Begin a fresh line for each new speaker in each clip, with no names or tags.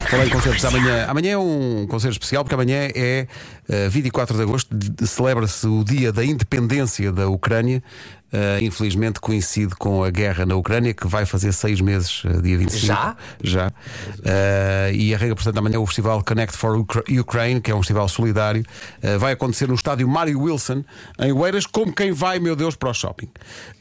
Falei de concertos amanhã. Amanhã é um concerto especial porque amanhã é eh, 24 de agosto, de- de- celebra-se o dia da independência da Ucrânia. Eh, infelizmente coincide com a guerra na Ucrânia, que vai fazer seis meses, eh, dia 25.
Já?
Já. Eh, e arranca, portanto, amanhã o festival Connect for Ucra- Ukraine, que é um festival solidário. Eh, vai acontecer no estádio Mário Wilson, em Oeiras, como quem vai, meu Deus, para o shopping.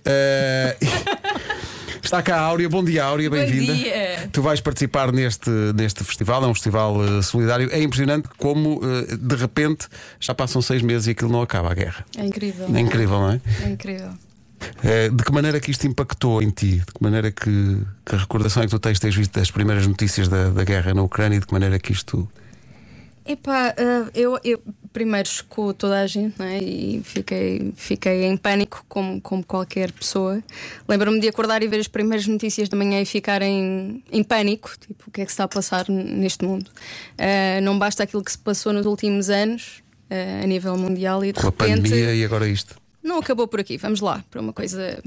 Eh, Está cá a Áurea, bom dia Áurea,
Bom
bem-vinda.
dia.
Tu vais participar neste, neste festival, é um festival eh, solidário. É impressionante como, eh, de repente, já passam seis meses e aquilo não acaba a guerra.
É incrível.
É incrível, não é?
É incrível.
Eh, de que maneira que isto impactou em ti? De que maneira que, que a recordação é que tu tens, tens visto das primeiras notícias da, da guerra na Ucrânia e de que maneira que isto.
Epá, ah, eu, eu primeiro chocou toda a gente não é? e fiquei, fiquei em pânico, como, como qualquer pessoa. Lembro-me de acordar e ver as primeiras notícias da manhã e ficar em, em pânico: tipo, o que é que se está a passar n- neste mundo? Ah, não basta aquilo que se passou nos últimos anos ah, a nível mundial e de
com a
repente.
pandemia e agora isto?
Não acabou por aqui, vamos lá, para uma coisa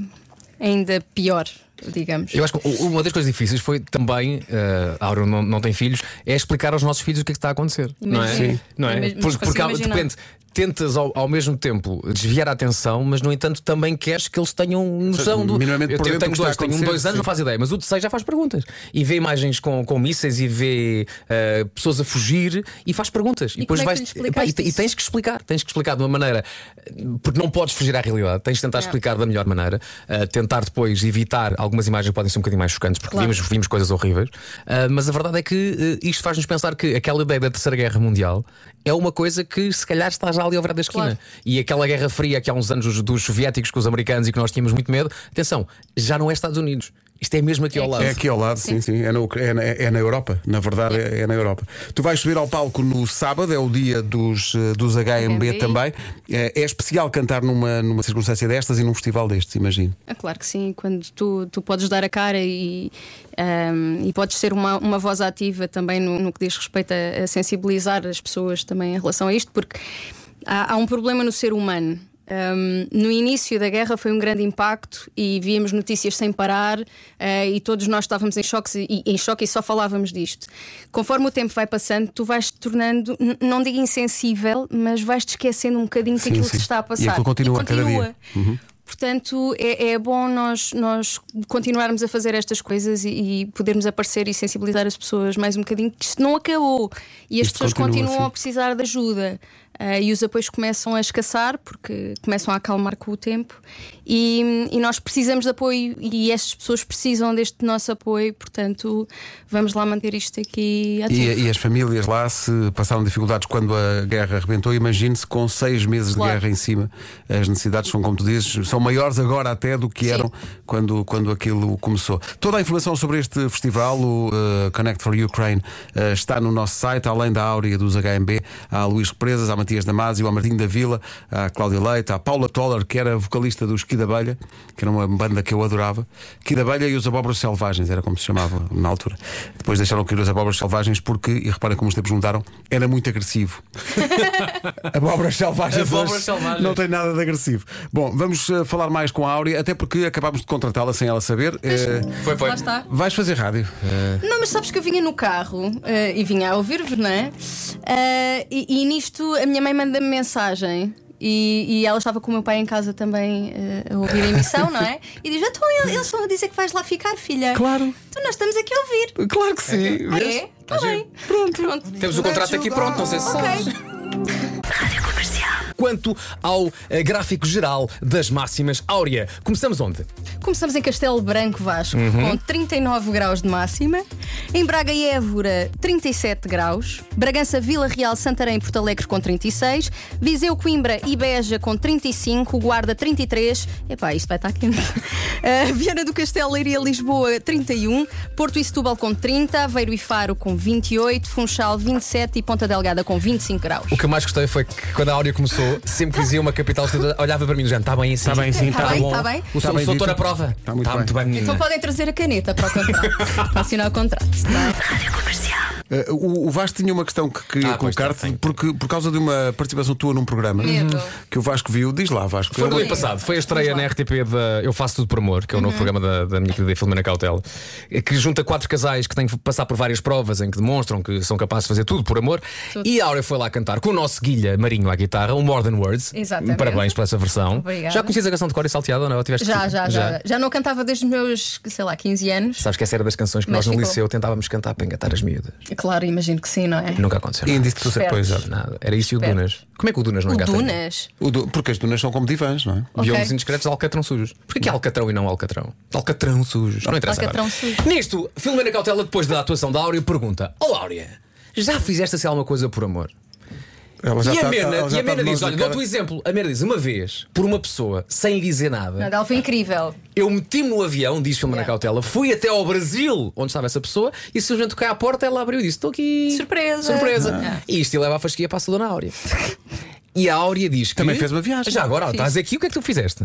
ainda pior, digamos.
Eu acho que u- uma das coisas difíceis foi também, eh, a Aura não, não tem filhos, é explicar aos nossos filhos o que é que está a acontecer. Não é?
Imagino. Sim. assim,
Não é?
Mas
Por-
consigo
porque há- de
imaginar.
repente tentas ao, ao mesmo tempo desviar a atenção, mas no entanto também queres que eles tenham noção do.
minimamente
eu
por dentro
tenho, tenho
do que está
dois,
a
tenho um
acontecer,
dois anos,
sim.
não faz ideia, mas o de seis já faz perguntas. E vê imagens com, com mísseis e vê eh, pessoas a fugir e faz perguntas. E,
como é
Epá,
que lhes
e,
explicaste
te- e tens que explicar, tens que explicar de uma maneira, eh, porque não podes fugir à realidade, tens de tentar
É.
explicar da melhor maneira, eh, tentar depois evitar algumas imagens que podem ser um bocadinho mais chocantes, porque
Claro.
vimos, vimos coisas horríveis, eh, mas a verdade é que eh, isto faz-nos pensar que aquela ideia da Terceira Guerra Mundial é uma coisa que se calhar está já ali ao virar da esquina.
Claro.
E aquela Guerra Fria que há uns anos dos, dos soviéticos com os americanos e que nós tínhamos muito medo, atenção, já não é Estados Unidos. Isto é mesmo aqui ao lado.
É aqui ao lado, sim, sim. É, na, Ucra- é na- é na Europa, na verdade, é, é na Europa. Tu vais subir ao palco no sábado, é o dia dos, eh, dos HMB
HMB.
também. É, é especial cantar numa, numa circunstância destas e num festival destes, imagino.
Ah, claro que sim, quando tu, tu podes dar a cara e, ahm, e podes ser uma, uma voz ativa também no, no que diz respeito a, a sensibilizar as pessoas também em relação a isto, porque há, há um problema no ser humano. Ahm, no início da guerra foi um grande impacto e víamos notícias sem parar ah, e todos nós estávamos em choque e, em choque e só falávamos disto. Conforme o tempo vai passando, tu vais te tornando, n- não digo insensível, mas vais te esquecendo um bocadinho
Sim,
daquilo
sim.
que te está
E
a passar.
aquilo continua a cada
continua.
dia.
Portanto, é, é bom nós, nós continuarmos a fazer estas coisas e, e podermos aparecer e sensibilizar as pessoas mais um bocadinho, que isto não acabou e as
Isto
pessoas
continua,
continuam
sim.
a precisar de ajuda. Ah, e os apoios começam a escassar porque começam a acalmar com o tempo e, e nós precisamos de apoio e estas pessoas precisam deste nosso apoio, portanto, vamos lá manter isto aqui ativo.
E, e as famílias lá se passaram dificuldades quando a guerra arrebentou. Imagine-se com seis meses
Claro.
de guerra em cima, as necessidades são, como tu dizes, são maiores agora até do que
Sim.
eram quando, quando aquilo começou. Toda a informação sobre este festival, o eh, Connect for Ukraine, eh, está no nosso site, além da Áurea dos HMB, há a Luís Represas, há Matias Damasio, há Martim da Vila, há Cláudia Leite, há Paula Toller, que era vocalista do Esqui da Abelha, que era uma banda que eu adorava. Esqui da Abelha e os Abóboras Selvagens, era como se chamava na altura. Depois deixaram cair os Abóboras Selvagens porque, e reparem como os tempos mudaram, era muito agressivo. Abóboras selvagens.
Abóboras
hoje
selvagens.
Não tem nada de agressivo. Bom, vamos eh, falar mais com a Áurea, até porque acabámos de contratá-la sem ela saber. Eh,
Foi, foi.
Lá está.
vais fazer rádio.
Não, mas sabes que eu vinha no carro eh, e vinha a ouvir-vos, não é? Eh, e, e nisto a minha mãe manda-me mensagem. E, e ela estava com o meu pai em casa também eh, a ouvir a emissão, não é? E diz: Então ele- eles estão a dizer que vais lá ficar, filha.
Claro.
Então nós estamos aqui a ouvir.
Claro que sim.
Ah, é? Está bem. Pronto. Pronto.
Temos o contrato aqui pronto, não sei se sabes.
Ok.
Quanto ao eh, gráfico geral das máximas, Áurea, começamos onde?
Começamos em Castelo Branco Vasco,
Uhum.
com 39 graus de máxima. Em Braga e Évora, 37 graus. Bragança, Vila Real, Santarém e Porto Alegre com 36. Viseu, Coimbra e Beja com 35. Guarda, 33. Epá, isto vai estar quente. Uh, Viana do Castelo, Leiria, Lisboa, 31. Porto e Setúbal com 30. Aveiro e Faro com 28. Funchal, 27. E Ponta Delgada com 25 graus.
O que eu mais gostei foi que quando a Áurea começou, sempre que dizia uma capital, olhava para mim e está bem assim.
Está bem, sim,
Tá
está
bem,
bom.
tá bem.
O
Está
som
bem
estou
dito.
na prova. Tá
Está muito bem.
menina.
Então podem trazer a caneta para o contrato. para assinar o contrato. não é?
Rádio Comercial.
Eh, o, o Vasco tinha uma questão que queria
Ah, pois
colocar-te,
tem, tem.
porque por causa de uma participação tua num programa
Medo.
que o Vasco viu, diz lá, Vasco.
Foi
Ele-
no ano passado, foi a estreia
Vamos
na
lá. Uhum.
RTP da Eu Faço Tudo por Amor, que é o novo programa da, da minha querida Filomena Cautela, que junta quatro casais que têm que passar por várias provas em que demonstram que são capazes de fazer tudo por amor. E a Áurea foi lá cantar com o nosso Guilha Marinho à guitarra, o More Than Words.
Exatamente.
Parabéns por essa versão.
Obrigada.
Já conhecias a canção de Cor e Salteado ou não? Ou tiveste
Já,
que-
já, já. Já não cantava desde os meus, sei lá, 15 anos.
Sabes que essa era das canções que
Mas
nós no
ficou.
liceu tentávamos cantar para engatar as miúdas.
Claro, imagino que sim, não é?
Nunca aconteceu.
E
nada.
disse que tu sei,
Espertos.
pois, já.
Nada. Era isso e o
Espera.
Dunas. Como é que o Dunas não
O
engata? ninguém?
Dunas.
O do- Porque as dunas são como divãs, não é?
Ok.
Biombos indiscretos de alcatrão sujos. Porquê que é alcatrão e não alcatrão? Alcatrão sujos. Não interessa.
Alcatrão
agora.
sujos.
Nisto, Filomena Cautela, depois da atuação da Áurea, pergunta: Ó Áurea, já fizeste assim alguma coisa por amor?
Ela já
e a
tá-
Mena,
ela já
e a
tá
Mena
de mãos
diz:
na
Olha,
cara.
dou-te um exemplo. A Mena diz: Uma vez, por uma pessoa, sem lhe dizer nada,
Nada, ela foi incrível.
eu meti-me no avião, diz Filomena
Yeah.
Cautela, fui até ao Brasil, onde estava essa pessoa, e simplesmente toquei à porta, ela abriu e disse: Estou aqui.
Surpresa.
Surpresa.
Ah.
E isto leva a fasquia para a Dona Áurea. E a Áurea diz que.
Também fez uma viagem.
Já agora, ó,
Fiz.
estás aqui, o que é que tu fizeste?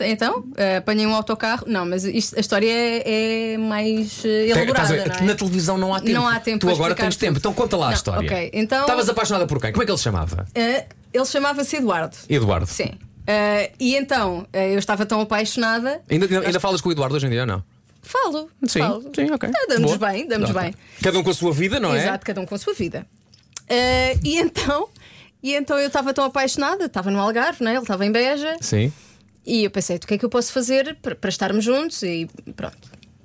Então, eh, apanhei um autocarro. Não, mas isto- a história é, é mais eh,
Tem-
elaborada.
estás a ver,
não é?
Na televisão não há tempo.
Não há tempo
Tu
para
agora
explicar
tens tempo.
tudo.
Então conta lá a
Não,
história.
ok, então-
Estavas apaixonada por quem? Como é que ele se chamava?
Eh, ele chamava-se Eduardo.
Eduardo.
Sim. Eh, e então, eh, eu estava tão apaixonada.
Ainda, ainda falas com o Eduardo hoje em dia ou não?
Falo.
Sim,
falo.
sim, ok.
Ah, damos
Boa.
bem, damos bem.
Cada um com a sua vida, não é?
Exato, cada um com a sua vida. Eh, e então. E então eu estava tão apaixonada, estava no Algarve, não é? ele estava em Beja,
Sim.
E eu pensei, o que é que eu posso fazer para para estarmos juntos? E pronto.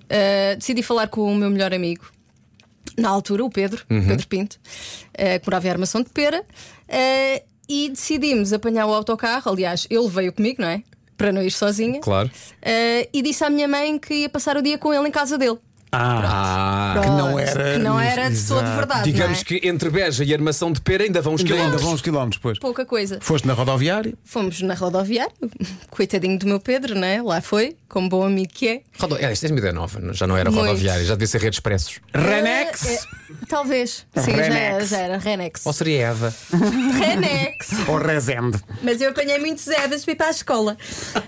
Ah, decidi falar com o meu melhor amigo, na altura, o Pedro, Pedro Pinto, ah, que morava em Armação de Pera, Ah, e decidimos apanhar o autocarro. Aliás, ele veio comigo, não é? Para não ir sozinha.
Claro.
Ah, e disse à minha mãe que ia passar o dia com ele em casa dele.
Ah.
Que não
Pronto,
era-
Que não era de todo
Exato.
de verdade.
Digamos
não é?
que entre Beja e Armação de Pera ainda vão uns
Ainda- Ainda
quilómetros.
vão uns quilómetros depois.
Pouca coisa.
Foste na rodoviária,
Fomos na rodoviária, coitadinho do meu Pedro, não é? Lá foi, como bom amigo que é.
Rodo... É, isto é uma ideia nova, não- já não era
Muito.
rodoviária, já devia ser redes expressos.
Renex.
Eh, eh, talvez. Sim, já era,
Renex.
já era. Renex.
Ou seria Eva?
Renex.
Ou Rezende.
Mas eu apanhei muitos Evas para ir para a escola.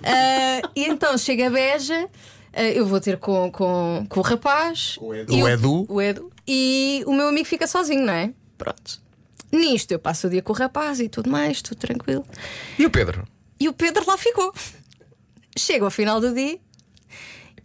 Ah, e então chega a Beja, ah, eu vou ter com, com, com o rapaz. O
Edu. O Edu.
O Edu. E o meu amigo fica sozinho, não é? Pronto. Nisto, eu passo o dia com o rapaz e tudo mais, tudo tranquilo.
E o Pedro?
E o Pedro lá ficou. Chega ao final do dia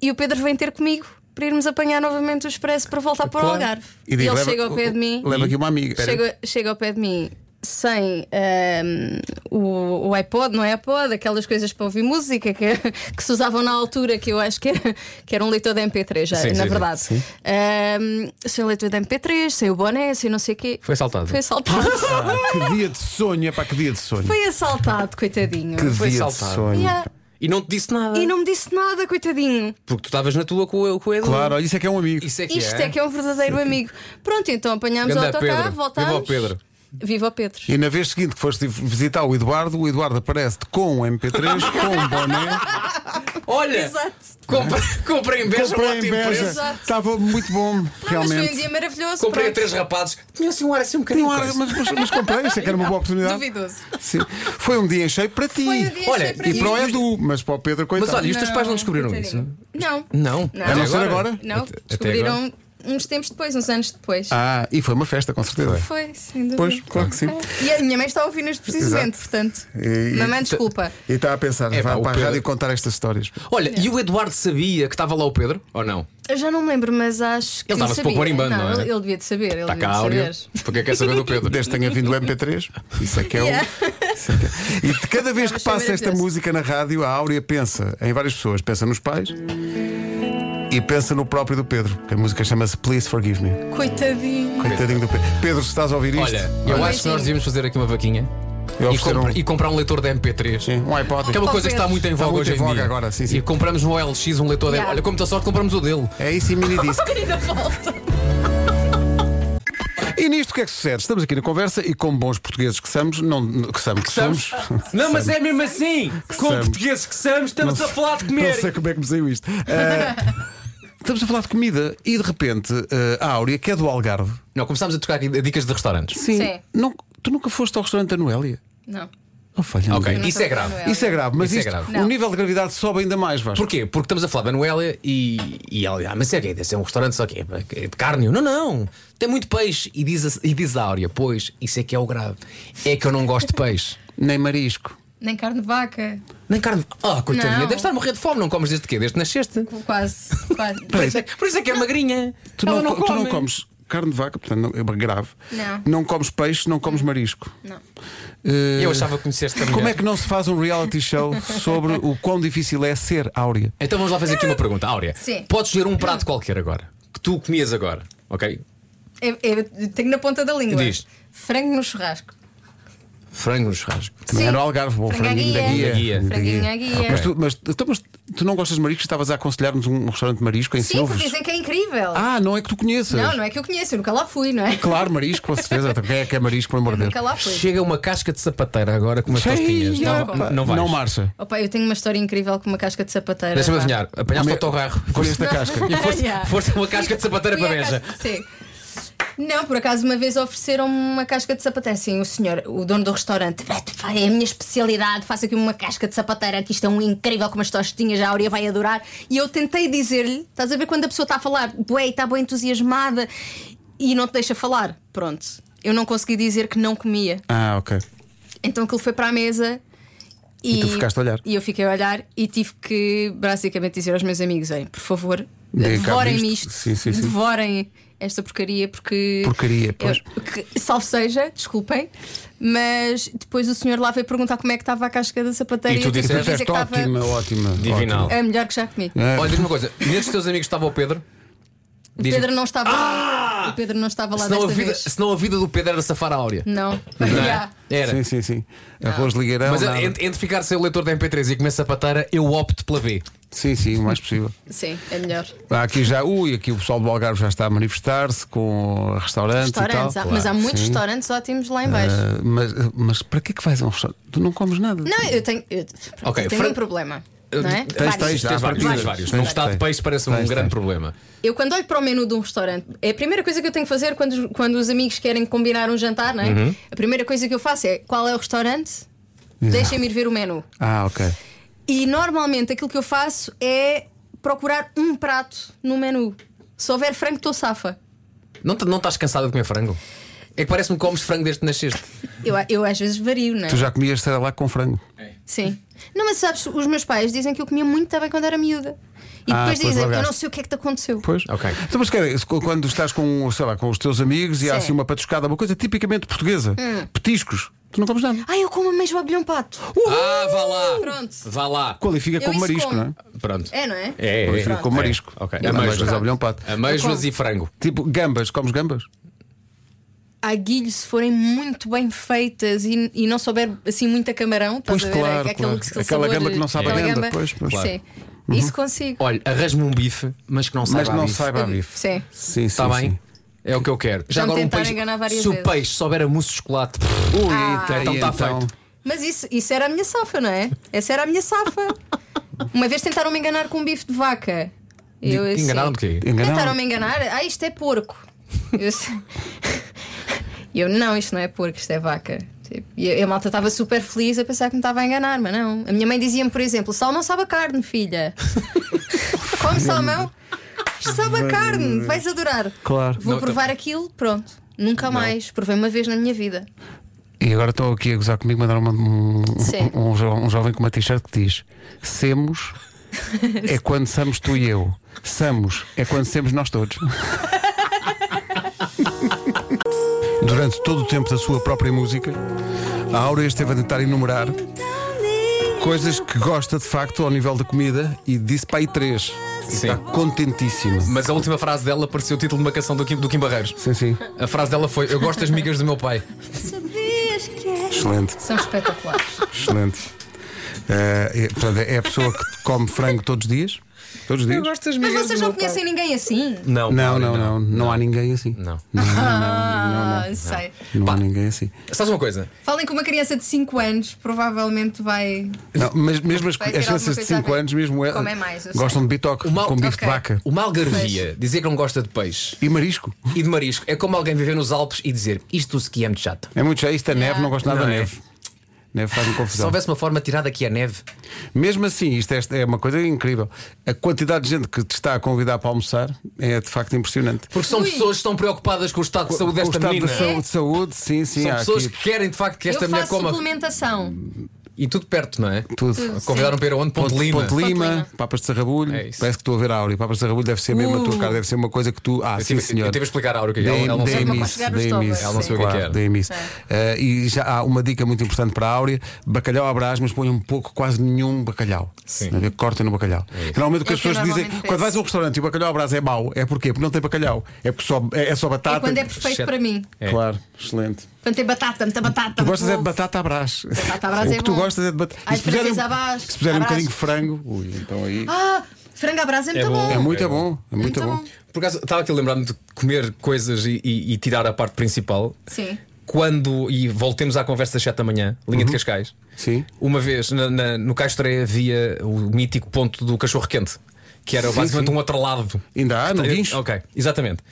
e o Pedro vem ter comigo para irmos apanhar novamente o expresso para voltar para o
Claro.
Algarve.
E digo,
ele
leva-
chega ao pé de mim.
Leva aqui uma amiga.
Chega, chega ao pé de mim sem ahm, o, o iPod, não é iPod, aquelas coisas para ouvir música que, que se usavam na altura, que eu acho que era, que era um leitor de MP3, já,
Sim,
na
sim,
verdade. Ahm, sem leitor de MP3, sem o boné, sem não sei o quê.
Foi assim. assaltado.
Foi assaltado.
Ah, que dia de sonho, é pá, que dia de sonho.
Foi assaltado, coitadinho.
que
foi
dia de
assaltado.
sonho.
Yeah.
E não te disse nada.
E não me disse nada, coitadinho.
Porque tu estavas na tua com o, com o Edu.
Claro, olha, isso é que é um amigo.
Isso é que
Isto é que é um verdadeiro amigo. Pronto, então apanhámos o
Ganda
autocarro,
Pedro.
voltámos.
Viva o Pedro.
Viva o Pedro.
E na vez seguinte que foste visitar o Eduardo, o Eduardo aparece-te com um MP3, com um boné,
Olha,
Exato.
compra- comprei em Beja, um
comprei em
ótimo preço.
Beja.
tipo, Exato.
Estava muito bom,
Não, mas foi um
realmente.
dia maravilhoso.
Comprei a
pronto.
três rapazes. Tinha assim um ar assim um bocadinho.
Tinha um ar,
coisa.
mas, mas, mas comprei, isso é que era uma boa oportunidade.
Duvidoso.
Sim. Foi um dia em cheio para ti.
Foi um dia
Olha,
cheio para
E
mim.
para o Edu, mas para o Pedro,
Mas
coitado.
olha, e os teus
Não,
pais não descobriram isso?
coitadinho. Não.
Não.
Não.
A não ser agora?
Não,
Até- até
descobriram uns tempos depois, uns anos depois.
Ah, e foi uma festa, com certeza.
Foi, É. sem dúvida.
Pois, claro que sim.
E a minha mãe está a ouvir-nos precisamente, portanto.
E- e-
Mamãe, desculpa.
E está a pensar,
É, pá,
vai
o
para a
Pedro-
rádio contar estas histórias.
Olha, e o Eduardo sabia que estava lá o Pedro? Ou não?
Eu já não me lembro, mas acho que.
Ele estava-se para
sabia.
o pôr em bando, não é?
Ele, ele devia de saber. Ele
Está
devia
cá a
de
Áureo.
saber.
Porque quer saber do Pedro?
Desde que tenha vindo o MP3, isso é que é o.
Yeah.
isso é que é- E de cada vez
Não,
que
mas
passa
foi
esta
maravilhoso.
música na rádio, a Áurea pensa em várias pessoas. Pensa nos pais e pensa no próprio do Pedro, que a música chama-se Please Forgive Me.
Coitadinho.
Coitadinho do Pedro. Pedro, se estás a ouvir isto,
Olha, eu
Olha.
acho que nós devíamos fazer aqui uma vaquinha
eu
e,
oferecer
compra-
um,
e comprar um leitor de MP3.
sim, um iPod.
Que é uma
Oh,
coisa que está
Pedro.
muito em
Está
voga
muito
hoje
em
em
voga
dia.
agora, sim, sim.
E compramos no OLX um leitor de
Yeah.
Olha, com muita sorte compramos o dele.
É isso e mini disco.
Ainda volta.
E nisto o que é que sucede? Estamos aqui na conversa e, como bons portugueses que somos, não, que somos, que somos,
Não, mas é mesmo assim. Como
Somos.
portugueses que somos, estamos a falar de
Não
comer.
sei como é que me saiu isto. Ah, estamos a falar de comida e de repente ah, a Áurea, que é do Algarve,
Não, começámos a tocar aqui dicas de restaurantes.
sim,
Sim.
não- tu nunca foste ao restaurante da Noélia.
Não.
Não falha.
Ok,
nada.
não
isso
sou
é grave.
Manuela.
Isso é grave, mas
Isso é
isto-
grave.
o
Não.
nível de gravidade sobe ainda mais, Vasco.
Porquê? Porque estamos a falar da Manuela e, e ela diz, ah, mas é que é um restaurante só que é de carne. Eu, Não, não, tem muito peixe. E diz, a- e diz a Áurea, pois, isso é que é o grave. É que eu não gosto de peixe.
Nem marisco.
Nem carne de vaca.
Nem carne. Ah, coitadinha,
Não.
deve estar a morrer de fome. Não comes desde quê? Desde que nasceste.
Quase. quase.
Por isso é, por isso é que é magrinha.
Tu
Ela
não, co- tu não
come.
comes carne de vaca, portanto, não, é grave.
Não.
comes peixe, não comes marisco.
Não.
Eh,
Eu achava que conheceste a mulher.
Como é que não se faz um reality show sobre o quão difícil é ser áurea?
Então vamos lá fazer aqui uma pergunta. Áurea,
Sim.
podes escolher um prato qualquer agora que tu comias agora, ok?
Eu, É, eu tenho na ponta da língua.
Diz.
Frango no churrasco.
Frango no churrasco.
Também
Sim.
era o Algarve, bom,
Frango à
franguinho da
guia.
guia.
Guia.
Franguinho à guia.
Mas, tu, mas- então, mas tu não gostas de marisco? Estavas a aconselhar-nos um restaurante de marisco em
Sim,
Silves?
porque dizem que é incrível.
Ah, não é que tu conheças.
não, não é que eu conheço, eu nunca lá fui, não é?
Claro, marisco, com certeza. Quem é que é marisco, por amor de Deus?
Nunca lá fui.
Chega uma casca de sapateira agora com umas
Cheia,
tostinhas.
pá.
Não, não vais.
Não marcha.
Opa, eu tenho uma história incrível com uma casca de sapateira.
Deixa-me
pá.
adivinhar. Apanhaste o autocarro.
Colheste a casca.
E foste,
Yeah.
foste uma casca de sapateira
Fui
para
à
Beja.
casca- Sim. Não, por acaso uma vez ofereceram-me uma casca de sapateira. Sim, o senhor, o dono do restaurante, "Pá, pá, é a minha especialidade, faço aqui uma casca de sapateira, aqui isto é um incrível com umas tostinhas, a Áurea vai adorar. E eu tentei dizer-lhe, estás a ver quando a pessoa está a falar, bué, e está bem entusiasmada e não te deixa falar. Pronto, eu não consegui dizer que não comia.
Ah, ok.
Então aquilo foi para a mesa
E tu ficaste a olhar.
E eu fiquei a olhar e tive que basicamente dizer aos meus amigos: "Ei, por favor,
Deem cabo
devorem-me
disto."
isto,
Sim, sim, sim.
devorem esta porcaria, porque.
Porcaria, pois.
Eu- que- salve seja, desculpem, mas depois o senhor lá veio perguntar como é que estava a casca da sapateira
E tu
eu tive que
disseste,
dizer que estava
é ótima, ótima.
Divinal.
ótima.
a melhor que já comi.
É.
Olha, diz-me uma coisa. Nesses teus amigos estava o Pedro?
O
Diz-me.
Pedro não estava lá. O Pedro não estava lá
Senão a,
desta
vida,
vez.
senão a vida do Pedro era safar a Áurea.
Não.
Não é?
Já.
Era. Ah.
Sim, sim, sim. Arroz de ligueirão.
Mas é
nada.
entre, entre ficar sem o leitor da MP3 e comer sapateira, eu opto pela B.
Sim, sim, o mais possível.
Sim, é melhor.
Há aqui já, ui, aqui o pessoal do Algarve já está a manifestar-se com restaurantes,
Restaurantes,
e
há-
tal.
mas há muitos
Sim.
restaurantes ótimos lá em baixo.
Ah, mas, mas para que é que vais a um restaurante? Tu não comes nada.
Não, eu tenho. Eu,
Ok,
eu tenho
Fran-
um problema. Não é?
Tens,
Vários.
tens,
À
tens vários.
partida.
Tens vários.
Tens,
Num estado de
tens.
peixe parece um
Tens,
grande
tens.
problema.
Eu, quando olho para o menu de um restaurante, é a primeira coisa que eu tenho que fazer quando, os- quando os amigos querem combinar um jantar, não é? A primeira coisa que eu faço é qual é o restaurante? Deixem-me ir ver o menu.
Ah, ok.
E normalmente aquilo que eu faço é procurar um prato no menu. Se houver frango, estou safa.
Não, te- não estás cansada de comer frango? É que parece-me que comes frango desde que nasceste.
Eu, eu às vezes vario, não é?
Tu já comias, sei lá, com frango.
Sim. Não, mas sabes, os meus pais dizem que eu comia muito também quando era miúda. E
Ah, pois,
depois dizem, eu
largaste.
não sei o que é que te aconteceu.
Pois.
Ok.
Então, mas cara, se- quando estás com, sei lá, com os teus amigos e há
Sim.
assim uma patuscada, uma coisa tipicamente portuguesa, petiscos, tu não comes nada.
Ah, eu como mesmo abelhão pato.
Ah, vá lá!
Pronto.
Vá lá!
Qualifica
Eu
como
isso
marisco,
como.
não é?
Pronto.
É, não é?
É, é,
Qualifica
é.
como marisco.
É, ok.
Não,
Amêijoas.
Amêijoas, abelhão, pato.
Amêijoas e frango.
Tipo gambas, comes gambas?
aguilho se forem muito bem feitas e, e não souber assim muito a camarão, estás
Pois,
a ver?
claro,
aquele
claro.
que- aquele
Aquela
sabor-
gamba que não sabe a
aquela
gamba,
gamba.
pois, pois.
Sim. Isso consigo.
Olha, arrasme um bife, mas que não saiba
Mas não
a bife.
saiba a bife.
Sim.
Sim, sim.
Está
sim.
bem? É o que eu quero. Já
Já me
agora um
tentaram
peixe.
enganar várias
Se o
vezes.
peixe souber a mousse de chocolate, pff,
Ui,
Ah.
então está feito.
Mas isso, isso era a minha safa, não é? Essa era a minha safa. Uma vez tentaram me enganar com um bife de vaca. Eu,
Te
assim,
enganaram de quê?
Enganaram.
Tentaram me enganar. Ah, isto é porco. Eu, assim, eu não, isto não é porco, isto é vaca. Tipo, E a malta estava super feliz a pensar que me estava a enganar, mas não. A minha mãe dizia-me, por exemplo, sal não sabe a carne, filha. Come salmão? Isto sabe a carne, vais adorar.
Claro.
Vou
Não,
provar aquilo, pronto. Nunca mais. Provei uma vez na minha vida.
E agora estão aqui a gozar comigo, mandaram uma- um,
Sim.
um, jo- um jovem com uma t-shirt que diz: Semos é quando somos tu e eu. Samos é quando somos nós todos. Durante todo o tempo da sua própria música, a Áurea esteve a tentar enumerar coisas que gosta de facto ao nível da comida e disse para aí três. E
Sim.
Está contentíssima.
Mas a última frase dela pareceu o título de uma canção do Kim, do Kim Barreiros.
Sim, sim.
A frase dela foi: Eu gosto das migas do meu pai.
Excelente.
São espetaculares.
Excelente. Eh, é, portanto, é a pessoa que come frango todos os dias? Todos os dias?
gosto das
Mas vocês não conhecem ninguém assim?
Não,
Não,
Mauro,
não, não, não. há ninguém assim.
Não.
Ah, sei.
Não há ninguém assim.
Sabes uma coisa?
Falem com uma criança de 5 anos, provavelmente vai.
Não, mas mesmo as,
Vai ter
as crianças
alguma
de 5
coisa a ver.
anos, mesmo elas
Comem mais, eu sei.
gostam de bitoque,
O mal-
com bife
Ok.
de vaca
Uma algarvia dizer que não gosta de peixe
e marisco.
e de marisco é como alguém viver nos Alpes e dizer isto do ski é muito chato.
É muito chato. Isto é neve, não gosto nada
Não
de
é?
neve. Neve faz-me
Se
confusão.
houvesse uma forma de tirar daqui a neve,
Mesmo assim, isto é, é uma coisa incrível. A quantidade de gente que te está a convidar para almoçar é de facto impressionante.
porque são
Ui.
pessoas que estão preocupadas com o estado de saúde
o
desta
estado
menina.
de saúde, de saúde, sim, sim,
São
há
pessoas
aqui
que querem de facto que esta
eu
mulher
faço
coma.
suplementação. É
E tudo perto, não é?
tudo.
Tudo.
Convidaram para ir aonde? Ponte, Lima.
Ponte Lima,
Ponte Lima.
Papas de Sarrabulho,
É isso.
parece que estou a ver a Áurea. Papas de Sarrabulho deve ser mesmo a tua
Uh.
cara, deve ser uma coisa que tu. Ah,
Eu
sim,
tive,
senhor.
eu tive a explicar à Aura que ela,
Deem-
ela não sabe.
deem-me
para
isso,
chegar nos
deem-me
tobas,
isso,
Ela não
sabe o que é que
claro,
era.
deem-me isso.
Sim.
Eh, e já há uma dica muito importante para a Áurea: bacalhau à brás, mas ponham um pouco, quase nenhum bacalhau.
Sim.
Não é? Cortem no bacalhau. Normalmente o que
É
as
o que eu
pessoas dizem,
normalmente
quando
penso.
vais a um restaurante e o bacalhau à brás é mau, é porquê? Porque não tem bacalhau. É porque só, é, é só batata.
É quando é perfeito
Exceto-
para mim.
É.
Claro, excelente.
Quando tem batata, muita batata.
Tu gostas é de
ovo.
batata à brás.
Tá Batata à brás
o
é
que tu
bom.
gostas é de batata.
Ai,
E se puserem-
francesa à brás,
Se puserem um
à brás.
bocadinho de frango, ui, então aí.
Ah, frango à brasa é muito
É bom.
bom.
É muito bom, é muito,
muito
bom.
bom.
Por acaso, estava aqui a lembrar-me de comer coisas e, e- e tirar a parte principal.
Sim.
Quando, e voltemos à conversa das 7 da manhã, linha
Uhum.
de Cascais.
Sim.
Uma vez na, na, no Cais de Estreia havia o mítico ponto do cachorro quente, que era
Sim,
basicamente
sim.
um atrelado.
Ainda há, no
Eh,
guincho.
Ok, exatamente.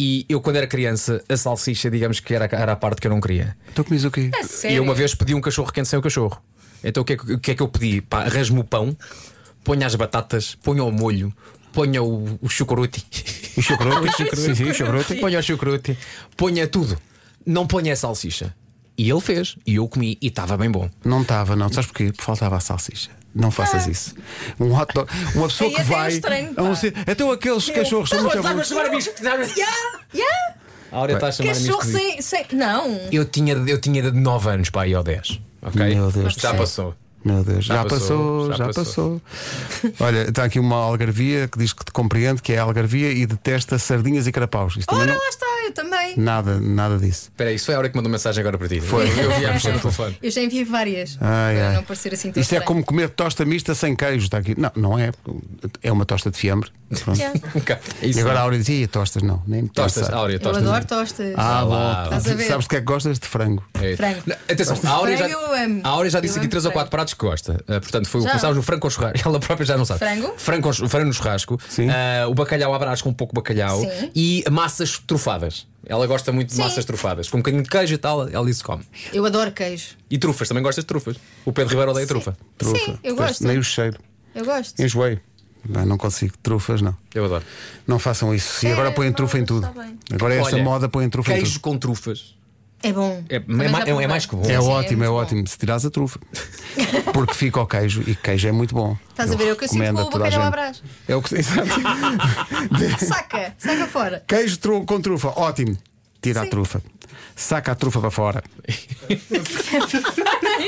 E eu, quando era criança, a salsicha, digamos que era, a- era a parte que eu não queria.
Então comes o quê?
E
Sério?
eu uma vez pedi um cachorro quente sem o cachorro. Então o que é que, o que, é que eu pedi? Pá, arranjo-me o pão, ponha as batatas, ponha o molho, ponha o, o chucuruti.
O chocorote? Sim, sim, o chocorote.
Ponha o chucrute, ponha tudo. Não ponha a salsicha. E ele fez, e eu comi, e estava bem bom.
Não estava, não. Sabes porquê? Porque faltava a salsicha. Não faças isso. Um hot dog. Uma pessoa
Ah. Aí
que
até é
vai.
estranho,
a um
pá.
ser- Então aqueles cachorros são muito bons.
Yeah.
A hora
tá
está a chamar
é
Cachorro sem, sem. Não.
Eu tinha, eu tinha 9 anos, pá, aí ou 10. Ok?
Meu Deus
Isto já
do céu.
passou.
Meu Deus, já,
Já
passou,
passou,
já
já
passou. Olha, está aqui uma algarvia que diz que te compreende, que é algarvia e detesta sardinhas e carapaus. Isto também
Ora,
não.
lá está, eu também.
Nada, nada disso.
Espera aí, isso foi a hora que mandou mensagem agora para ti. Foi. Eu vi a mexer no telefone.
Eu já enviei várias.
Ai,
para
ai.
não parecer assim tão
Isto é
estranho.
como comer tosta mista sem queijo. Está aqui. Não, não é. É uma tosta de fiambre. Pronto.
Yeah.
Ok, é isso.
E agora a Áurea dizia tostas, não. Nem
tostas,
pensar.
Áurea,
Eu
tostas.
adoro tostas.
Ah,
lá.
bom.
Estás a ver?
Sabes o que é que gostas? De frango.
É isso.
Frango.
Não, atenção, a Áurea já,
Frango eu amo.
a Áurea já disse
Eu
aqui
amo
três ou
frango.
quatro pratos que gosta. Ah, portanto, foi o
Já.
começámos no frango com churrasco. Ela própria já não sabe.
Frango?
Frango, com chu- frango no churrasco.
Sim.
Ah, o bacalhau à brás com um pouco de bacalhau.
Sim.
E massas trufadas. Ela gosta muito de
Sim.
massas trufadas. Com um bocadinho de queijo e tal, ela isso come.
Eu adoro queijo.
E trufas, também gostas de trufas. O Pedro Ribeiro odeia trufa.
Trufa.
Sim, eu
Teste-
gosto.
Nem o cheiro.
Eu gosto.
Enjoei. Bem, não consigo. Trufas, não.
Eu adoro.
Não façam isso. E agora
É,
põem
não,
trufa em
está
tudo.
bem.
Agora é essa
Olha,
moda põem trufa em
Queijo
tudo.
com trufas.
É bom.
É, é
Também já
ma- é- é
provei.
mais que bom.
É
Sim,
ótimo, é,
muito bom.
ótimo. Se tirares a trufa. Porque fica o queijo. E queijo é muito bom.
Estás a ver? É o que eu sinto
recomendo
com
a
o
toda a
bacalhau à
gente.
brás.
É o que
Saca, saca fora.
Queijo tru- com trufa. Ótimo. Tira a trufa. Saca a trufa para fora.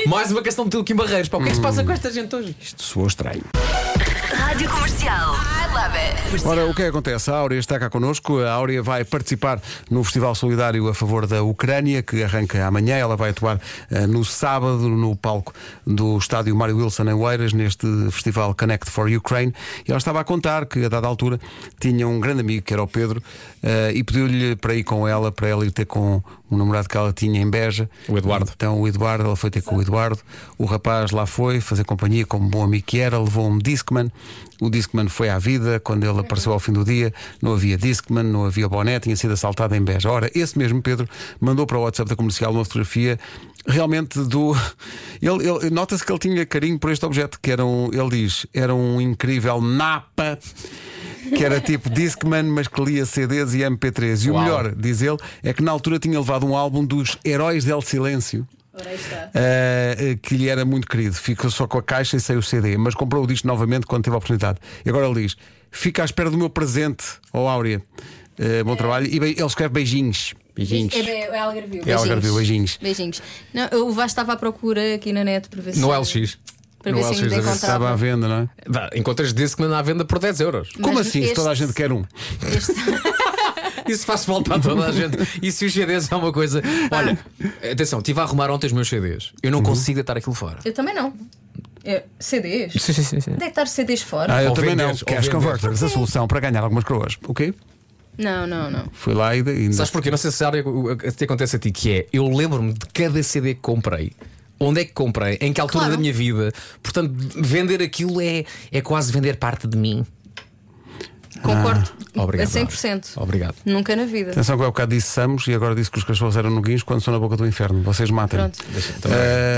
Mais uma questão de Kim Barreiros. Pá, o que é que se
Hum,
passa com esta gente hoje?
Isto soou estranho.
Rádio Comercial. I love it.
Ora, o que acontece? A Áurea está cá connosco. A Áurea vai participar no Festival Solidário a favor da Ucrânia, que arranca amanhã. Ela vai atuar eh, no sábado no palco do estádio Mário Wilson em Oeiras, neste festival Connect for Ukraine. E ela estava a contar que, a dada altura, tinha um grande amigo, que era o Pedro, eh, e pediu-lhe para ir com ela, para ela ir ter com um namorado que ela tinha em Beja.
O Eduardo.
Então o Eduardo, ela foi ter com o Eduardo, o rapaz lá foi fazer companhia como bom amigo que era, levou um Discman. O Discman foi à vida, quando ele apareceu ao fim do dia, não havia Discman, não havia boné, tinha sido assaltado em Beja. Ora, esse mesmo Pedro mandou para o WhatsApp da comercial uma fotografia realmente do. Ele, ele- Nota-se que ele tinha carinho por este objeto, que era um, ele diz, era um incrível Napa. Que era tipo Discman, mas que lia CDs e MP3. E o
Uau.
melhor, diz ele, é que na altura tinha levado um álbum dos Heróis del Silêncio.
Ora, aí está.
Uh, uh, que lhe era muito querido. Ficou só com a caixa e saiu o CD, mas comprou o disco novamente quando teve a oportunidade. E agora ele diz: Fica à espera do meu presente, ó Áurea. Uh, bom trabalho. E bem, ele escreve beijinhos. Beijinhos.
É, é, é Algarvio.
É Algarvio, beijinhos.
Beijinhos. Não, eu- o Vasco estava à procura aqui na net para ver se.
No LX.
Para ver se
Não, Alcides,
ainda
a ver se estava à
encontrava.
venda, não é?
Vá, Encontras Discman à venda por 10 euros.
Como
Mas
assim? Se
este-
toda a gente quer um.
Isso faz falta a toda a gente. E se os CDs é uma coisa. Olha, atenção, estive a arrumar ontem os meus CDs. Eu
Uhum.
não consigo deitar aquilo fora.
Eu também não. É, CDs? Onde
sim, sim.
é que está os CDs fora?
Ah, eu
Ou
também não.
venderes, ou
Cash
venderes.
Converters, a solução para ganhar algumas croas. O quê?
Não, não, não.
Fui lá e ainda.
Sabes porquê? Não sei se área o- o- te acontece a ti, que é eu lembro-me de cada CD que comprei. Onde é que comprei? Em que altura
Claro.
da minha vida? Portanto, vender aquilo é, é quase vender parte de mim.
Concordo
Ah,
Obrigado.
a 100%.
Obrigado.
Nunca na vida.
Atenção que eu há bocado disse Samos e agora disse que os cachorros eram noguinhos quando estão na boca do inferno. Vocês matem.
Pronto.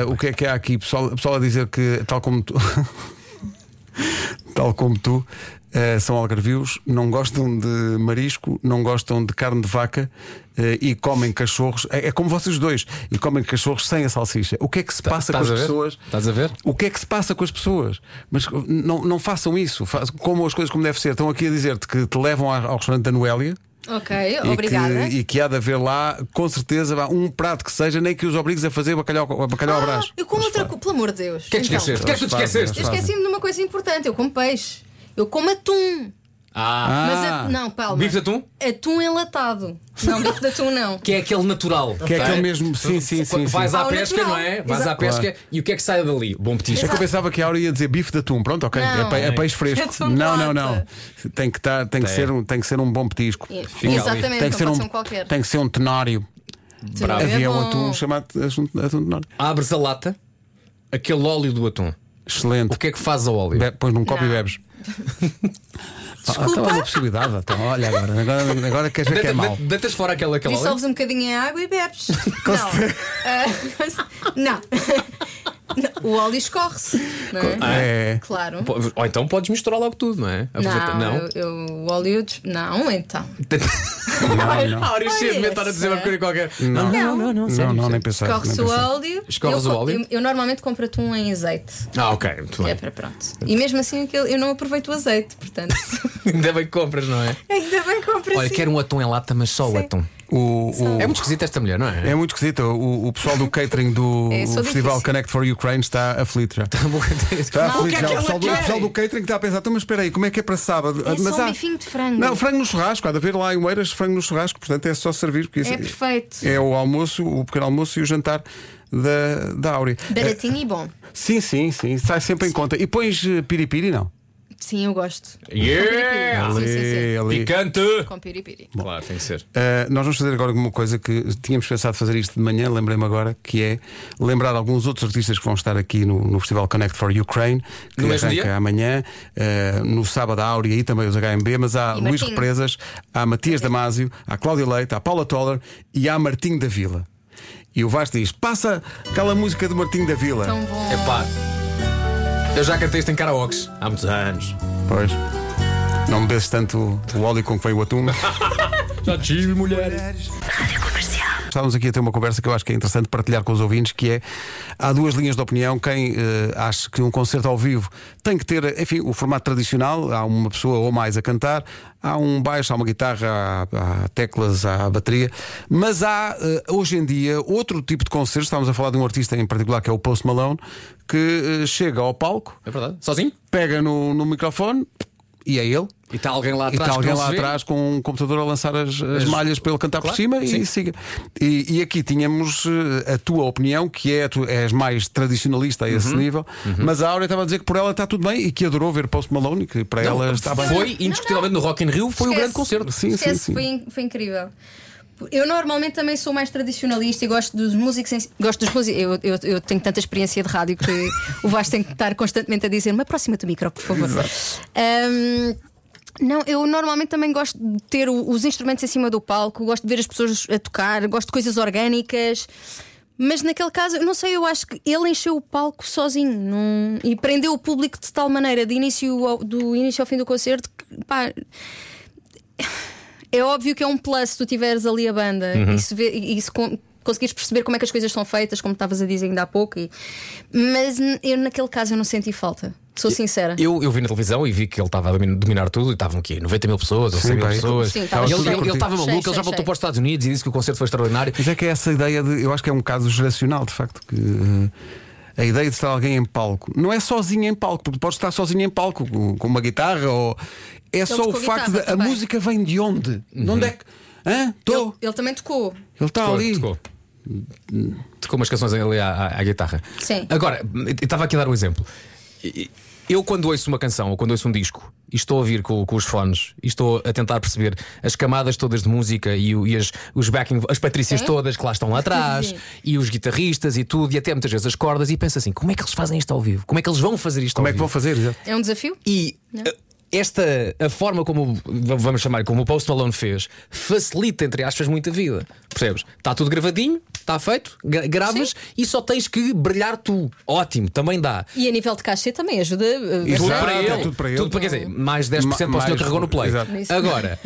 o que é que há aqui? Pessoal, pessoal a dizer que, tal como tu, tal como tu, eh, são algarvios, não gostam de marisco, não gostam de carne de vaca eh, e comem cachorros. É, é como vocês dois, e comem cachorros sem a salsicha. O que é que se passa com
Tá- estás
as
a ver?
pessoas?
Estás a ver?
O que é que se passa com as pessoas? Mas não, não façam isso, Fa- comam as coisas como deve ser. Estão aqui a dizer-te que te levam ao, ao restaurante da Noélia.
Ok,
E
obrigada.
Que, e que há de haver lá, com certeza, vá, um prato que seja, nem que os obrigues a fazer bacalhau, bacalhau à
Ah,
brás.
eu como outra coisa, pelo amor de Deus.
O que é que
Então,
esqueceste? O que é que tu te esqueceste?
eu Esqueci-me de uma coisa importante, eu como peixe. Eu como atum.
Ah,
Mas a- não, Palma.
Bife de atum?
Atum enlatado. Não, bife de atum não.
que é aquele natural.
Que é
ok?
aquele mesmo. Sim, sim, sim.
Quando
sim.
vais à
Ao
pesca, não
natural.
é? Vais
Exato.
à pesca e o que é que sai dali? Bom
É
petisco.
que eu pensava que a Aura ia dizer bife de atum. Pronto, ok.
Não.
É, pe- é peixe
É
fresco.
tão
Não, não,
lata.
não. Tem que, tá, tem, Que
Tem.
ser um, tem que ser um bom petisco.
E-
ali.
É, Exatamente,
Tem que
não
ser
pode
um,
ser um qualquer.
tem que ser um tenário.
Atum não
Havia
bom.
um atum chamado atum atum tenário.
Abres a lata, aquele óleo do atum.
Excelente.
O que é que faz ao óleo?
Be- Pões num copo
Não.
e bebes. Desculpa. então é uma possibilidade. Então, olha, agora, agora, agora queres ver que é
Deita-
mau.
de- Deitas fora aquela, aquele óleo.
Dissolves um bocadinho em água e bebes. não. Ah, não. Não. O óleo escorre-se. Não é?
É.
Claro.
Po- Ou então podes misturar logo tudo, não é? Aproveita-
Não, Eu, eu, o óleo. des- Não, então.
Não, não.
A Áurea
Olha
cheia de estar a dizer uma
essa.
coisa qualquer. Não, não, não, não.
Não,
sério,
não,
sério.
nem pensar. nem
Escorre-se o
pensar.
óleo.
Escorres
Eu
o
co-
óleo?
Eu, eu normalmente compro atum em azeite.
Ah, ok, muito
É
bem.
para pronto. E mesmo assim aquilo- eu não aproveito o azeite, portanto.
Ainda bem que compras, não é?
Ainda bem que compro
Olha,
assim.
quero um atum em lata, mas só o atum.
Uh. O- o-
É muito esquisita esta mulher, não é?
É muito esquisito. O, o pessoal do catering do
É, sou
Festival
difícil.
Connect for Ukraine está aflito já. Está
Não, o que
aflito
Tá é
já.
que
O
ela
pessoal, do, o
quer?
pessoal do catering está a pensar, então, mas espera aí, como é que é para sábado?
É
mas
só um bifinho de frango.
Não, frango no churrasco, há de haver lá em Oeiras frango no churrasco, portanto é só servir. Porque isso
É perfeito.
É o almoço, o pequeno almoço e o jantar da, da Áurea.
Baratinho e bom.
Eh, sim, sim, sim, sai sempre em conta. E pões eh, piripiri, não?
Sim, eu gosto.
Yeah!
Com piripiri. Sim, sim,
Eh,
sim.
ali.
Picante!
Com piripiri.
Claro, tem que ser.
Uh, nós vamos fazer agora uma coisa que tínhamos pensado fazer isto de manhã, lembrei-me agora, que é lembrar alguns outros artistas que vão estar aqui no, no Festival Connect for Ukraine, que
No mesmo
arranca
dia?
amanhã, uh, no sábado a Áurea e também os HMB, mas há
E
Luís
Martim.
Represas, há Matias Damasio, há Cláudia Leite, há Paula Toller e há Martim da Vila. E o Vasco diz: passa aquela música do Martim da Vila.
Tão bom.
Epá, eu já cantei isto em karaokes há muitos anos.
Pois. Não me desses tanto o óleo com que veio o atum.
Já tive mulheres.
Estávamos aqui a ter uma conversa que eu acho que é interessante partilhar com os ouvintes, que é há duas linhas de opinião. Quem eh, acha que um concerto ao vivo tem que ter, enfim, o formato tradicional, há uma pessoa ou mais a cantar, há um baixo, há uma guitarra, há, há teclas, há bateria, mas há eh, hoje em dia outro tipo de concerto, estávamos a falar de um artista em particular que é o Post Malone, que eh, chega ao palco,
É verdade? Sozinho?
pega no, no microfone e é ele.
E está alguém lá
E
atrás.
está alguém
que não
lá
se vê?
atrás com um computador a lançar as, as
As-
malhas para ele cantar por
Claro,
cima e
sim.
siga. E, e aqui tínhamos eh, a tua opinião, que é tu és mais tradicionalista a esse
Uhum.
nível, mas a Áurea estava a dizer que por ela está tudo bem e que adorou ver Post Malone, e que para
Não,
ela está bem.
Foi, indiscutivelmente, no Rock in Rio, foi um
Esquece.
grande concerto.
Sim, sim,
Esquece,
sim.
Foi, in- foi incrível. Eu normalmente também sou mais tradicionalista e gosto dos músicos. em- Gosto dos músicos. Eu, eu, eu tenho tanta experiência de rádio que o Vasco tem que estar constantemente a dizer-me aproxima-te do micro, por favor. Ahm, não, eu normalmente também gosto de ter o- os instrumentos em cima do palco, gosto de ver as pessoas a tocar, gosto de coisas orgânicas. Mas naquele caso, eu não sei, eu acho que ele encheu o palco sozinho num- e prendeu o público de tal maneira, de início ao- do início ao fim do concerto, que pá, é óbvio que é um plus se tu tiveres ali a banda e se, vê- e se con- conseguires perceber como é que as coisas são feitas, como estavas a dizer ainda há pouco. e- Mas n- eu, naquele caso, eu não senti falta. Sou sincera.
Eu, eu vi na televisão e vi que ele estava a domin- dominar tudo e estavam aqui 90 mil pessoas ou
Sim,
100 mil
bem.
pessoas.
Sim,
E
estava
ele-
tudo a
ele-
curtir.
ele estava maluco,
Cheio,
ele já
cheio,
voltou
cheio.
para os Estados Unidos e disse que o concerto foi extraordinário.
Mas é que é essa ideia de. Eu acho que é um caso geracional, de facto, que. eh, A ideia de estar alguém em palco não é sozinho em palco, porque podes estar sozinho em palco com com uma guitarra ou. É só o
tocou
facto de
guitarra
a
também.
música vem de onde? De onde é que. Hã?
Ele,
Estou.
ele também tocou.
Ele está
Uhum. Tocou,
ali.
Tocou. Tocou umas canções ali à, à- à guitarra.
Sim.
Agora, eu estava aqui a dar um exemplo. Eu, quando ouço uma canção ou quando ouço um disco e estou a ouvir com, com os fones e estou a tentar perceber as camadas todas de música e, o- e as, os backing, as patrícias
Sim.
todas que lá estão lá atrás
É? Sim.
e os guitarristas e tudo, e até muitas vezes as cordas, e penso assim: como é que eles fazem isto ao vivo? Como é que eles vão fazer isto
Como
ao
é que
vivo?
vão fazer? Exato.
É um desafio?
E eh, esta a forma como o- vamos chamar como o Post Malone fez facilita entre aspas muito a vida percebes está tudo gravadinho está feito gra- gravas e só tens que brilhar tu ótimo também dá
E a nível de cachê também ajuda. uh,
Exato,
tudo para
é
ele.
tudo para ele.
quer dizer, mais 10%
Ma-
para o senhor
mais-
que carregou no play.
Exato.
Isso.
Agora,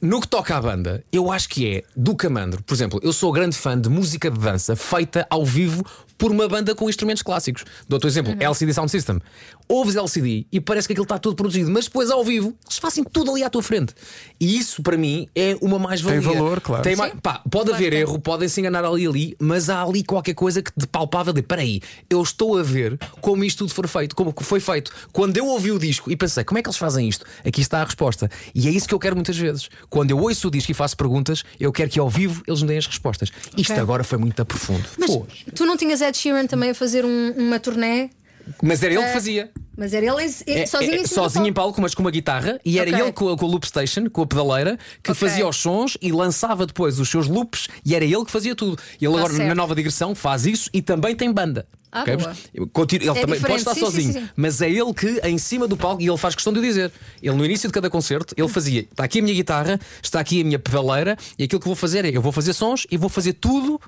no que toca à banda, eu acho que é do Camandro. Por exemplo, eu sou grande fã de música de dança feita ao vivo por uma banda com instrumentos clássicos. Dou-te um exemplo, LCD Sound System. Ouves LCD e parece que aquilo está tudo produzido, mas depois ao vivo eles fazem tudo ali à tua frente. E isso para mim é uma mais-valia.
Tem valor, claro.
Tem ma- pá, pode haver erro, podem se enganar ali e ali, mas há ali qualquer coisa que te palpável de peraí, eu estou a ver como isto tudo foi feito, como que foi feito. Quando eu ouvi o disco e pensei, como é que eles fazem isto? Aqui está a resposta. E é isso que eu quero muitas vezes. Quando eu ouço o disco e faço perguntas, eu quero que ao vivo eles me deem as respostas. Isto
Ok.
agora foi muito a profundo. Pô,
Mas
Mas,
tu não tinhas Ed Sheeran também a fazer um- uma turnê?
era ele que
Eh,
fazia.
Mas era ele em-
É,
sozinho
é,
em cima do
sozinho em
palco.
palco, mas com uma guitarra, e era
Ok.
ele com a, com a loop station, com a pedaleira, que
Ok.
fazia os sons e lançava depois os seus loops, e era ele que fazia tudo. E ele agora,
Tá certo.
na nova digressão, faz isso e também tem banda.
Ah,
Ok?
boa.
Continua- ele
É
também pode
diferente,
estar
sim,
sozinho,
sim, sim, sim.
mas é ele que, em cima do palco, e ele faz questão de o dizer. Ele, no início de cada concerto, ele fazia: está aqui a minha guitarra, está aqui a minha pedaleira, e aquilo que eu vou fazer é: eu vou fazer sons e vou fazer tudo.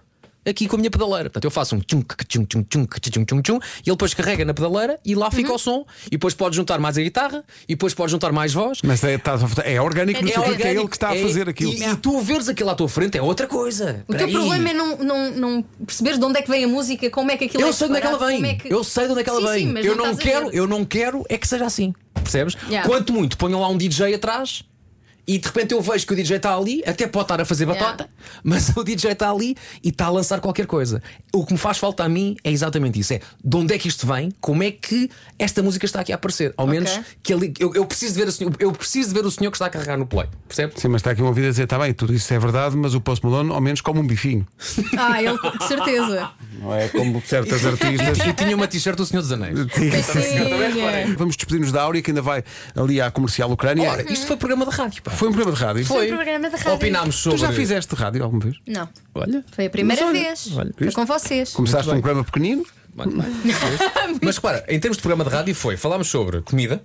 Aqui com a minha pedaleira. Portanto, eu faço um tchum, tchum, tchum, tchum, tchum, tchum, tchum, e ele depois carrega na pedaleira e lá
Uhum.
fica o som. E depois pode juntar mais a guitarra, e depois pode juntar mais voz.
Mas é, tá- é orgânico no
É
sentido que é ele
orgânico,
que está a
é-
fazer aquilo.
E, e tu veres aquilo à tua frente é outra coisa.
O teu problema é não, não, não perceberes de onde é que vem a música, como é que aquilo é
Eu sei de onde é que ela vem.
separado, como é que-
Eu sei de onde é que ela
Sim,
vem.
sim, mas
eu não
estás a
quero,
ver.
eu não quero é que seja assim. Percebes?
Yeah.
Quanto muito ponham lá um DJ atrás. E de repente eu vejo que o DJ está ali, até pode estar a fazer
Yeah.
batota, mas o DJ está ali e está a lançar qualquer coisa. O que me faz falta a mim é exatamente isso: é de onde é que isto vem, como é que esta música está aqui a aparecer. Ao menos que ali, eu, eu preciso de ver o senhor, eu preciso de ver o senhor que está a carregar no play, percebe?
Sim, mas está aqui um ouvido a dizer, está bem, tudo isso é verdade, mas o Post Malone ao menos come um bifinho.
Ah, ele, de certeza.
Não é como certas artistas.
E tinha uma t-shirt do Senhor dos Anéis.
é.
é.
Vamos despedir-nos da Áurea, que ainda vai ali à comercial Ucrânia.
Ora, isto foi programa de rádio, pá.
Foi um programa de rádio.
Foi um programa de rádio.
Opinámos sobre.
Tu já fizeste rádio alguma vez?
Não,
Olha.
foi a primeira
olha,
vez.
olha,
Foi
isto-
com vocês.
Começaste um programa pequenino?
Mas repara, em termos de programa de rádio foi Falámos sobre comida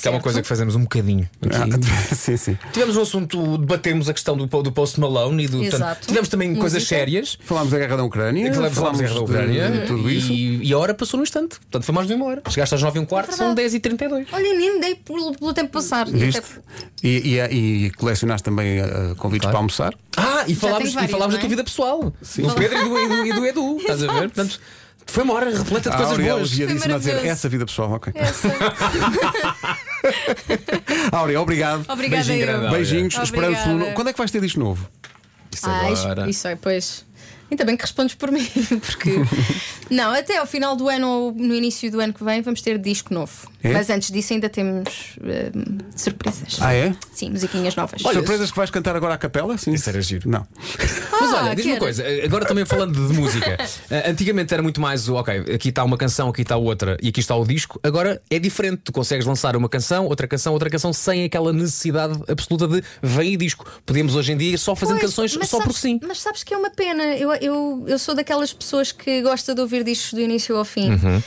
Que é uma coisa que fazemos um bocadinho aqui.
Uhum. Ah, sim, sim.
Tivemos um assunto, debatemos a questão do, po- do Post Malone e do.
Exato. Uhum.
portanto, tivemos também coisas sérias
Falámos da guerra da Ucrânia.
Falámos da guerra da Ucrânia
de tudo
e,
isso.
e a hora passou num instante Portanto foi mais de uma hora Chegaste às 9 e um
É
quarto, são 10 e 32
Olha, nem dei pelo, pelo tempo passar. E
Viste?
até-
E, e- e colecionaste também ah, convites para almoçar.
Ah, e
tens
falámos,
várias,
e falámos da
não é?
tua vida pessoal Do Pedro e do, e do- e do Edu Estás a ver? Portanto, foi uma hora repleta
A
de coisas
Áurea
boas
elogia
Foi
disse-me a dizer é
maravilhoso.
essa vida pessoal, ok.
Essa-
Áurea, obrigado.
Obrigada
Beijinho
eu.
grande, Áurea.
Beijinhos,
Obrigada.
esperamos pelo. Quando é que vais ter isto novo?
Isso
Ah, isso-
agora.
isso é, pois. Ainda bem que respondes por mim, porque. Não, até ao final do ano ou no início do ano que vem vamos ter disco novo.
É?
Mas antes disso ainda temos hum, surpresas.
Ah, é?
Sim, musiquinhas novas.
Surpresas que vais cantar agora à capela? Sim.
Isso era giro.
Não.
Mas
Ah,
olha, diz-me uma
quero.
coisa, eh, agora também falando de música. Eh, Antigamente era muito mais o ok, aqui está uma canção, aqui está outra e aqui está o disco. Agora é diferente, tu consegues lançar uma canção, outra canção, outra canção sem aquela necessidade absoluta de vem e disco. Podemos hoje em dia ir só fazendo
Pois,
canções só
mas
porque
sabes-
sim.
Mas sabes que é uma pena. Eu, eu, eu sou daquelas pessoas que gosta de ouvir discos do início ao fim. Eh,
Uhum.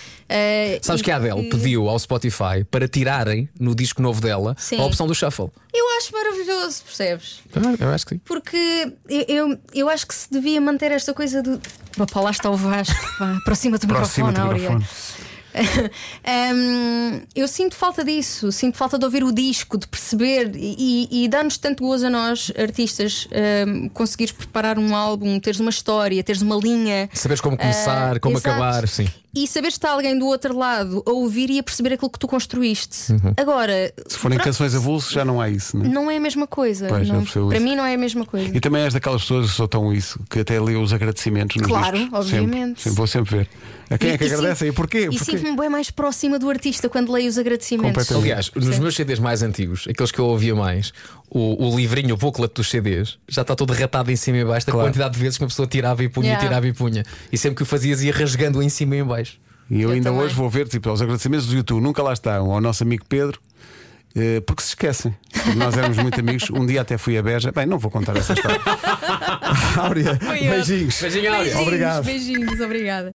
Sabes
e
que a Adele
que-
pediu ao Spotify para tirarem no disco novo dela
Sim.
a opção do shuffle.
Eu acho maravilhoso, percebes?
Eu acho que sim.
Porque eu, eu, eu acho que se devia manter esta coisa do. Vá para lá está o Vasco, vá, aproxima-te do
Aproxima
microfone,
do
Áurea.
microfone.
Hum, eu sinto falta disso, sinto falta de ouvir o disco, de perceber e, e- e dá-nos tanto gozo a nós, artistas, hum, conseguires preparar um álbum, teres uma história, teres uma linha.
Saberes como começar,
Ah,
como
exato.
acabar, sim.
E saber se está alguém do outro lado a ouvir e a perceber aquilo que tu construíste. Agora,
Uhum. Se forem canções avulso, já não há isso, né?
não é a mesma coisa.
Pois, eu
Não-
percebo
para
isso.
mim, não é a mesma coisa.
E também és daquelas pessoas que sou tão isso, que até lê os agradecimentos nos
Claro,
discos. Sempre,
obviamente.
sempre, vou sempre ver. A quem é que
E- e
agradece
sinto-
e porquê?
E
porquê?
sinto-me bem mais próxima do artista quando leio os agradecimentos.
Completamente.
Aliás, nos meus CDs mais antigos, aqueles que eu ouvia mais, o, o livrinho, o booklet dos CDs, já está todo ratado em cima e em baixo da quantidade de vezes que uma pessoa tirava e punha,
Yeah.
tirava e punha. E sempre que o fazias ia rasgando em cima e em baixo.
E eu,
Eu
ainda
também.
hoje vou ver tipo, aos agradecimentos do YouTube, nunca lá estão, ao nosso amigo Pedro, eh, porque se esquecem. Nós éramos muito amigos, um dia até fui a Beja. Bem, não vou contar essa história. Áurea, beijinhos.
Beijinho, Áurea.
Obrigado.
Beijinhos, obrigada.